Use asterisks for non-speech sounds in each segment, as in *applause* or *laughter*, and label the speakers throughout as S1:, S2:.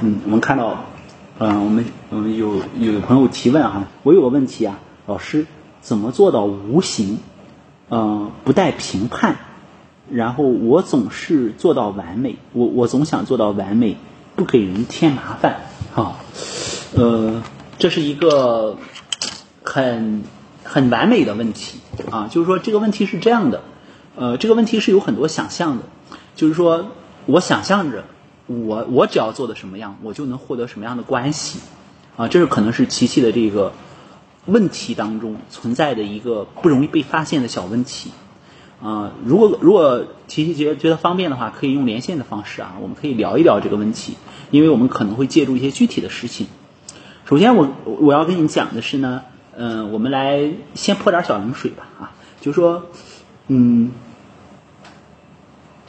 S1: 嗯，我们看到，嗯、我们我们有有朋友提问哈，我有个问题啊，老师怎么做到无形？嗯，不带评判，然后我总是做到完美，我我总想做到完美，不给人添麻烦啊。呃，这是一个很很完美的问题啊，就是说这个问题是这样的，呃，这个问题是有很多想象的，就是说我想象着我我只要做的什么样，我就能获得什么样的关系啊，这是可能是琪琪的这个问题当中存在的一个不容易被发现的小问题。啊、如果如果琪琪觉得觉得方便的话，可以用连线的方式啊，我们可以聊一聊这个问题，因为我们可能会借助一些具体的事情。首先我，我要跟你讲的是呢，嗯、我们来先泼点小冷水吧啊，就说，嗯，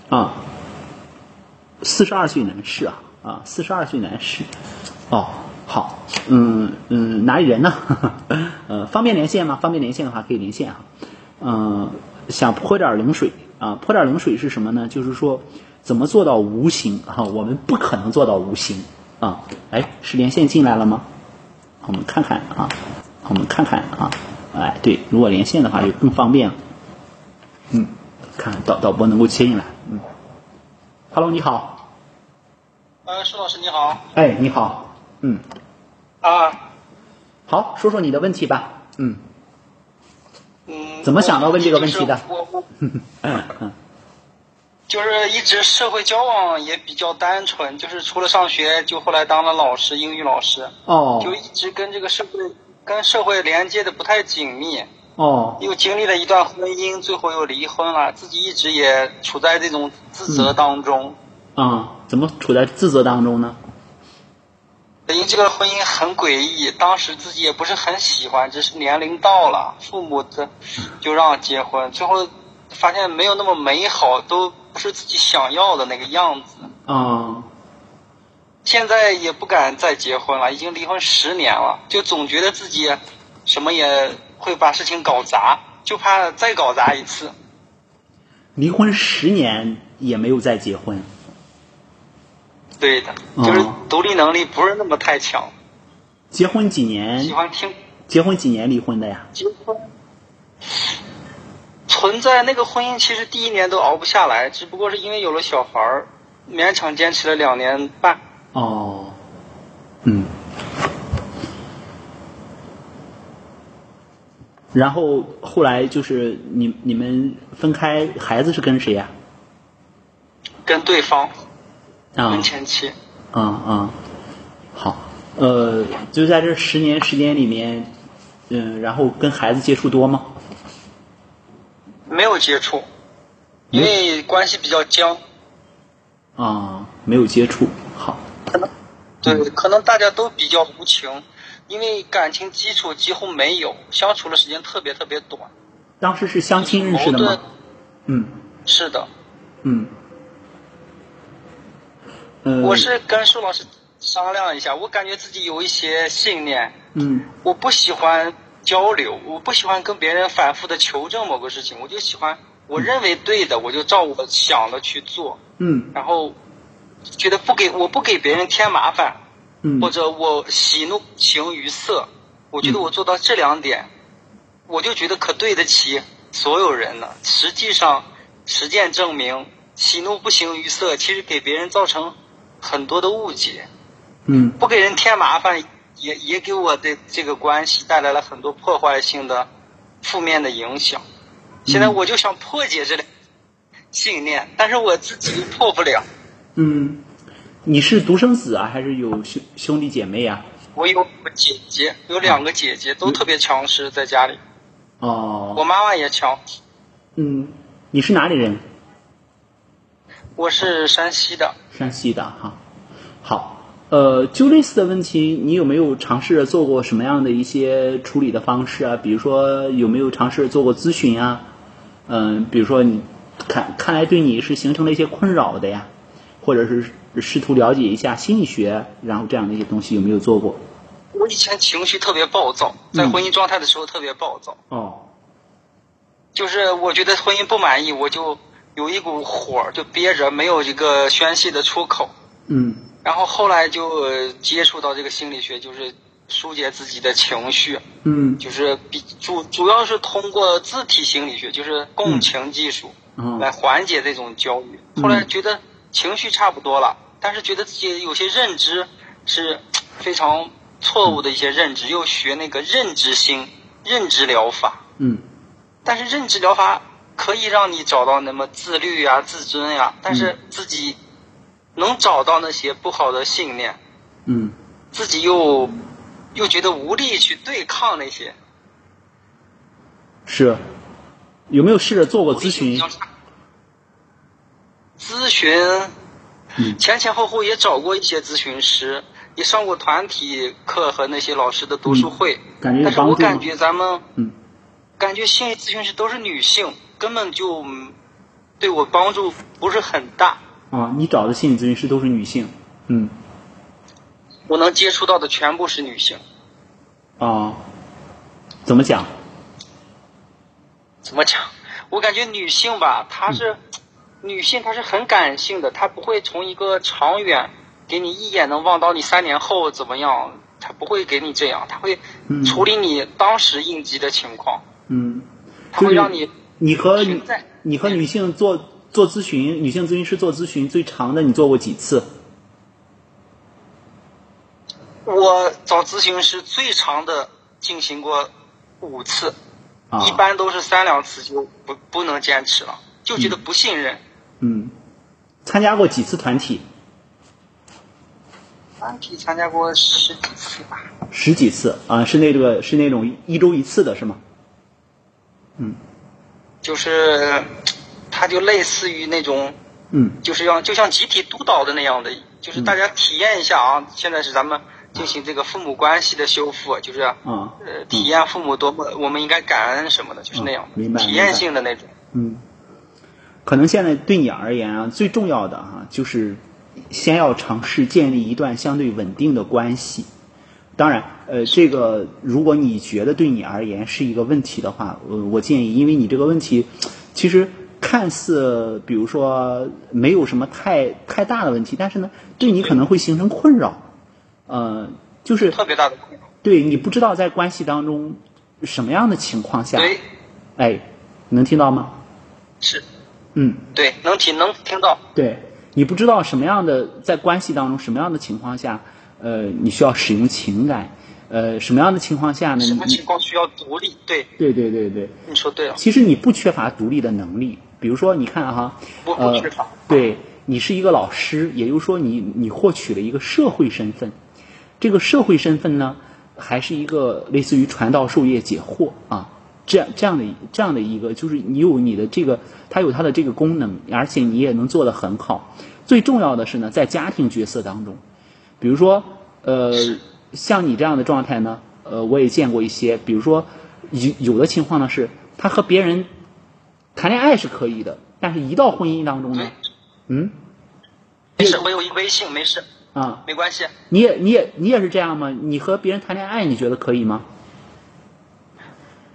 S1: 啊，四十二岁男士啊啊，四十二岁男士，哦，好，嗯嗯，哪里人呢？ *laughs* 呃，方便连线吗？方便连线的话可以连线啊。嗯、想泼点冷水啊，泼点冷水是什么呢？就是说怎么做到无形啊？我们不可能做到无形啊。哎，是连线进来了吗？我们看看啊，我们看看啊，哎，对，如果连线的话就更方便了。嗯，看导导播能够切进来。嗯，Hello，你好。
S2: 呃，舒老师你好
S1: 哎，你好。嗯，
S2: 啊，
S1: 好，说说你的问题吧。嗯。 *laughs*
S2: 嗯，
S1: 怎么想到问这个问题的
S2: 我我
S1: 嗯嗯
S2: 就是一直社会交往也比较单纯，就是除了上学，就后来当了老师，英语老师，
S1: 哦
S2: 就一直跟这个社会跟社会连接的不太紧密，
S1: 哦
S2: 又经历了一段婚姻，最后又离婚了，自己一直也处在这种
S1: 嗯
S2: 自责当中，
S1: 啊、怎么处在自责当中呢？
S2: 因为这个婚姻很诡异，当时自己也不是很喜欢，只是年龄到了，父母的就让结婚，最后发现没有那么美好，都不是自己想要的那个样子。
S1: 啊、
S2: 现在也不敢再结婚了，已经离婚十年了，就总觉得自己什么也会把事情搞砸，就怕再搞砸一次。
S1: 离婚十年也没有再结婚。
S2: 对的，
S1: 嗯
S2: 就是独立能力不是那么太强，
S1: 结婚几年
S2: 喜？欢听
S1: 结婚几年离婚的呀？
S2: 结婚。存在那个婚姻，其实第一年都熬不下来，只不过是因为有了小孩儿，勉强坚持了两年半。
S1: 哦，嗯。然后后来就是你你们分开，孩子是跟谁呀、
S2: 跟对方
S1: 啊
S2: 婚？前妻，
S1: 啊啊，好，呃，就在这十年时间里面，嗯、然后跟孩子接触多吗？
S2: 没有接触，因为关系比较僵。
S1: 啊，没有接触。好，
S2: 对，可能大家都比较无情，因为感情基础几乎没有，相处的时间特别特别短。
S1: 当时是相亲认识的
S2: 矛
S1: 吗
S2: 盾？
S1: 嗯
S2: 是的，
S1: 嗯。呃，
S2: 我是跟舒老师商量一下，我感觉自己有一些信念，
S1: 嗯
S2: 我不喜欢交流，我不喜欢跟别人反复的求证某个事情，我就喜欢我认为对的，我就照我想的去做，
S1: 嗯
S2: 然后觉得不给我不给别人添麻烦，
S1: 嗯
S2: 或者我喜怒形于色，我觉得我做到这两点，我就觉得可对得起所有人了。实际上，实践证明，喜怒不形于色，其实给别人造成很多的误解，
S1: 嗯
S2: 不给人添麻烦，也也给我的这个关系带来了很多破坏性的、负面的影响。现在我就想破解这两信念，但是我自己破不了。
S1: 嗯，你是独生子啊，还是有兄兄弟姐妹啊？
S2: 我有个姐姐，有两个姐姐，都特别强势，在家里。我
S1: 哦，
S2: 妈妈也强，
S1: 嗯，你是哪里人？
S2: 我是山西的，
S1: 山西的哈。好，呃，就类似的问题，你有没有尝试着做过什么样的一些处理的方式啊？比如说有没有尝试做过咨询啊？嗯、比如说你看看来对你是形成了一些困扰的呀，或者是试图了解一下心理学，然后这样的一些东西有没有做过？
S2: 我以前情绪特别暴躁，在
S1: 嗯
S2: 婚姻状态的时候特别暴躁，
S1: 哦，
S2: 就是我觉得婚姻不满意，我就有一股火儿就憋着，没有一个宣泄的出口。
S1: 嗯
S2: 然后后来就呃接触到这个心理学，就是疏解自己的情绪，
S1: 嗯
S2: 就是比主主要是通过字体心理学，就是共情技术、
S1: 嗯
S2: 来缓解这种焦虑。
S1: 嗯
S2: 后来觉得情绪差不多了，但是觉得自己有些认知是非常错误的一些认知，又学那个认知心、认知疗法。
S1: 嗯
S2: 但是认知疗法可以让你找到那么自律呀、自尊呀，但
S1: 嗯
S2: 是自己能找到那些不好的信念，
S1: 嗯
S2: 自己又又觉得无力去对抗那些。
S1: 是。有没有试着做过咨
S2: 比
S1: 询？
S2: 较差咨询
S1: 嗯
S2: 前前后后也找过一些咨询师，也上过团体课和那些老师的读书会，
S1: 感觉
S2: 但
S1: 有
S2: 是我
S1: 嗯帮助
S2: 感
S1: 吗？
S2: 觉咱们
S1: 嗯
S2: 感觉心理咨询师都是女性，根本就嗯对我帮助不是很大。
S1: 啊，你找的心理咨询师都是女性。嗯
S2: 我能接触到的全部是女性。
S1: 啊，怎么讲？
S2: 怎么讲？我感觉女性吧，她
S1: 嗯
S2: 是、女性，她是很感性的，她不会从一个长远给你一眼能望到你三年后怎么样，她不会给你这样，她会
S1: 嗯
S2: 处理你当时应激的情况，
S1: 嗯，
S2: 她
S1: 就
S2: 会
S1: 是
S2: 让你
S1: 你和
S2: 停
S1: 你
S2: 在
S1: 你和女性做做咨询，女性咨询师做咨询最长的你做过几次？
S2: 我找咨询师最长的进行过五次，
S1: 啊，
S2: 一般都是三两次就不不能坚持了，就觉得不信任。
S1: 嗯，参加过几次团体？
S2: 团体参加过十几次吧。
S1: 十几次啊？是那个是那种一周一次的是吗？
S2: 就是，它就类似于那种，
S1: 嗯
S2: 就是让就像集体督导的那样的，就是大家体验一下啊。现在是咱们进行这个父母关系的修复，就是
S1: 啊
S2: 呃，体验父母多么我们应该感恩什么的，就是那样
S1: 嗯明白
S2: 体验性的那种。
S1: 嗯，可能现在对你而言啊，最重要的啊，就是先要尝试建立一段相对稳定的关系。当然，呃，这个如果你觉得对你而言是一个问题的话，我、我建议，因为你这个问题，其实看似比如说没有什么太太大的问题，但是呢，对你可能会形成困扰。呃，就是
S2: 特别大的困扰。
S1: 对你不知道在关系当中什么样的情况下，
S2: 对，
S1: 哎，能听到吗？
S2: 是，
S1: 嗯。
S2: 对，能听能听到，
S1: 对你不知道什么样的在关系当中什么样的情况下，呃，你需要使用情感，呃，什么样的情况下呢？
S2: 什
S1: 你
S2: 么情况需要独立？对，
S1: 对对对对，
S2: 你说对了，
S1: 其实你不缺乏独立的能力。比如说，你看哈，
S2: 我不
S1: 呃
S2: 缺乏，
S1: 对你是一个老师，也就是说你你获取了一个社会身份，这个社会身份呢，还是一个类似于传道授业解惑啊，这样这样的这样的一个，就是你有你的这个，它有它的这个功能，而且你也能做得很好。最重要的是呢，在家庭角色当中，比如说，呃，像你这样的状态呢，呃，我也见过一些，比如说，有有的情况呢是，他和别人谈恋爱是可以的，但是一到婚姻当中呢
S2: 对，
S1: 嗯，
S2: 没事，我有一微信，没事，
S1: 啊，
S2: 没关系。
S1: 你也你也你也是这样吗？你和别人谈恋爱，你觉得可以吗？嗯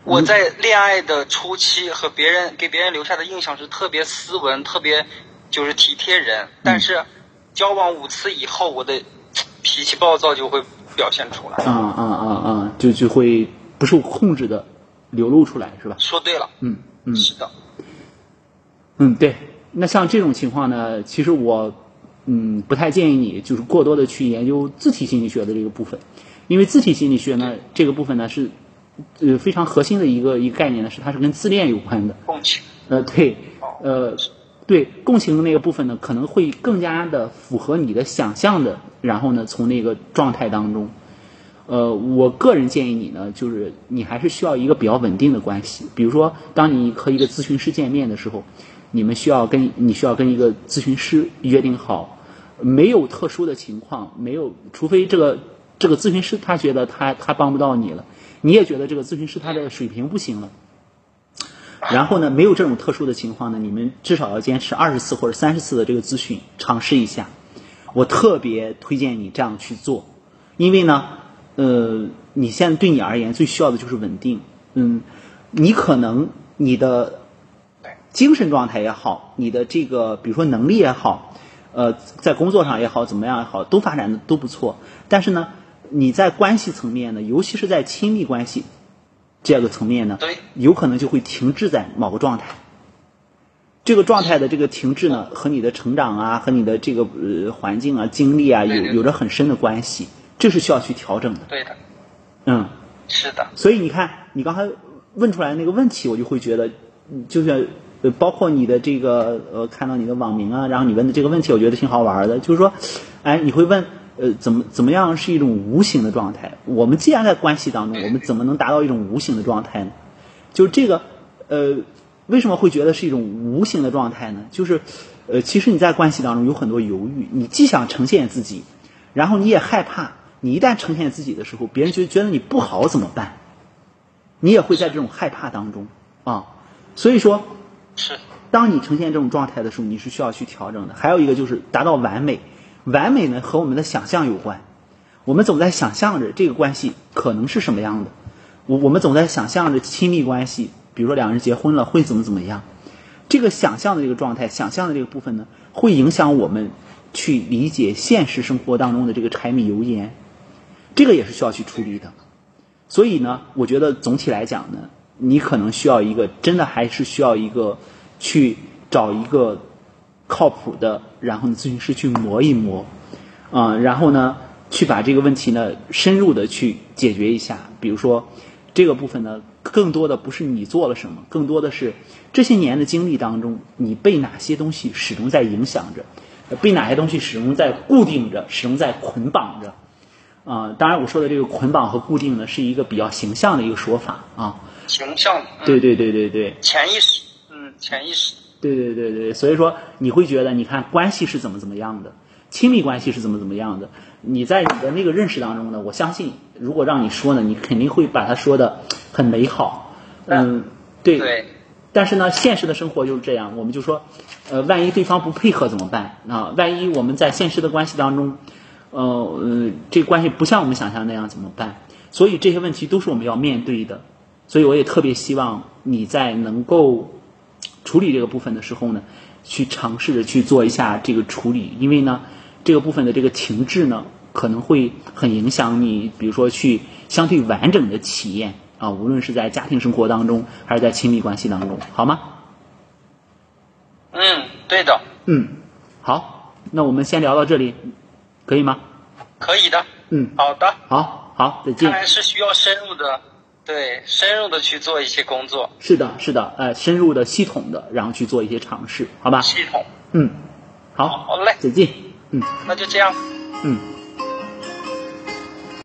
S2: 我在恋爱的初期和别人给别人留下的印象是特别斯文，特别就是体贴人，
S1: 嗯
S2: 但是交往五次以后，我的脾气暴躁就会表现出来。
S1: 啊啊啊啊，就就会不受控制的流露出来，是吧？
S2: 说对了，
S1: 嗯嗯
S2: 是的，
S1: 嗯，对。那像这种情况呢，其实我嗯不太建议你就是过多的去研究字体心理学的这个部分，因为字体心理学呢这个部分呢是呃非常核心的一个一个概念呢，是它是跟自恋有关的。
S2: 共情。哦
S1: 呃，对，呃，对，共情的那个部分呢，可能会更加的符合你的想象的，然后呢，从那个状态当中，呃，我个人建议你呢，就是你还是需要一个比较稳定的关系，比如说，当你和一个咨询师见面的时候，你们需要跟你需要跟一个咨询师约定好，没有特殊的情况，没有，除非这个这个咨询师他觉得他他帮不到你了，你也觉得这个咨询师他的水平不行了。然后呢，没有这种特殊的情况呢，你们至少要坚持二十次或者三十次的这个咨询，尝试一下。我特别推荐你这样去做，因为呢，呃，你现在对你而言最需要的就是稳定。嗯，你可能你的精神状态也好，你的这个比如说能力也好，呃，在工作上也好，怎么样也好，都发展的都不错。但是呢，你在关系层面呢，尤其是在亲密关系这个层面呢，
S2: 对
S1: 有可能就会停滞在某个状态。这个状态的这个停滞
S2: 嗯
S1: 呢，和你的成长啊，和你的这个呃环境啊、经历啊，有
S2: 对对
S1: 有着很深的关系，这是需要去调整的。
S2: 对的，
S1: 嗯，
S2: 是的，
S1: 所以你看，你刚才问出来那个问题，我就会觉得，嗯就是呃，包括你的这个呃，看到你的网名啊，然后你问的这个问题，我觉得挺好玩的。就是说，哎，你会问，呃，怎么怎么样是一种无形的状态？我们既然在关系当中，我们怎么能达到一种无形的状态呢？就是这个，呃，为什么会觉得是一种无形的状态呢？就是，呃，其实你在关系当中有很多犹豫，你既想呈现自己，然后你也害怕，你一旦呈现自己的时候，别人就觉得你不好怎么办？你也会在这种害怕当中啊。所以说，
S2: 是
S1: 当你呈现这种状态的时候，你是需要去调整的。还有一个就是达到完美，完美呢和我们的想象有关。我们总在想象着这个关系可能是什么样的，我我们总在想象着亲密关系，比如说两人结婚了会怎么怎么样。这个想象的这个状态，想象的这个部分呢，会影响我们去理解现实生活当中的这个柴米油盐，这个也是需要去处理的。所以呢，我觉得总体来讲呢，你可能需要一个真的还是需要一个去找一个靠谱的，然后呢咨询师去磨一磨，啊、然后呢去把这个问题呢深入的去解决一下。比如说这个部分呢，更多的不是你做了什么，更多的是这些年的经历当中，你被哪些东西始终在影响着，呃被哪些东西始终在固定着，始终在捆绑着。啊、当然我说的这个捆绑和固定呢，是一个比较形象的一个说法啊。
S2: 形象的，嗯、
S1: 对，对对对对
S2: 潜意识，嗯，潜意识，
S1: 对对对对，所以说你会觉得，你看关系是怎么怎么样的，亲密关系是怎么怎么样的。你在你的那个认识当中呢，我相信，如果让你说呢，你肯定会把它说的很美好。嗯，对。
S2: 对，
S1: 但是呢，现实的生活就是这样，我们就说，呃，万一对方不配合怎么办？啊，万一我们在现实的关系当中，呃呃，这关系不像我们想象那样怎么办？所以这些问题都是我们要面对的。所以我也特别希望你在能够处理这个部分的时候呢，去尝试着去做一下这个处理，因为呢，这个部分的这个停滞呢，可能会很影响你，比如说去相对完整的体验啊，无论是在家庭生活当中，还是在亲密关系当中，好吗？
S2: 嗯，对的，
S1: 嗯，好，那我们先聊到这里，可以吗？
S2: 可以的，
S1: 嗯，
S2: 好的，
S1: 好，好，再
S2: 看
S1: 见。
S2: 来是需要深入的，对，深入的去做一些工作，
S1: 是的，是的，呃，深入的、系统的，然后去做一些尝试，好吧？
S2: 系统，
S1: 嗯，好，
S2: 好嘞，
S1: 再见。嗯
S2: 那就这样，
S1: 嗯，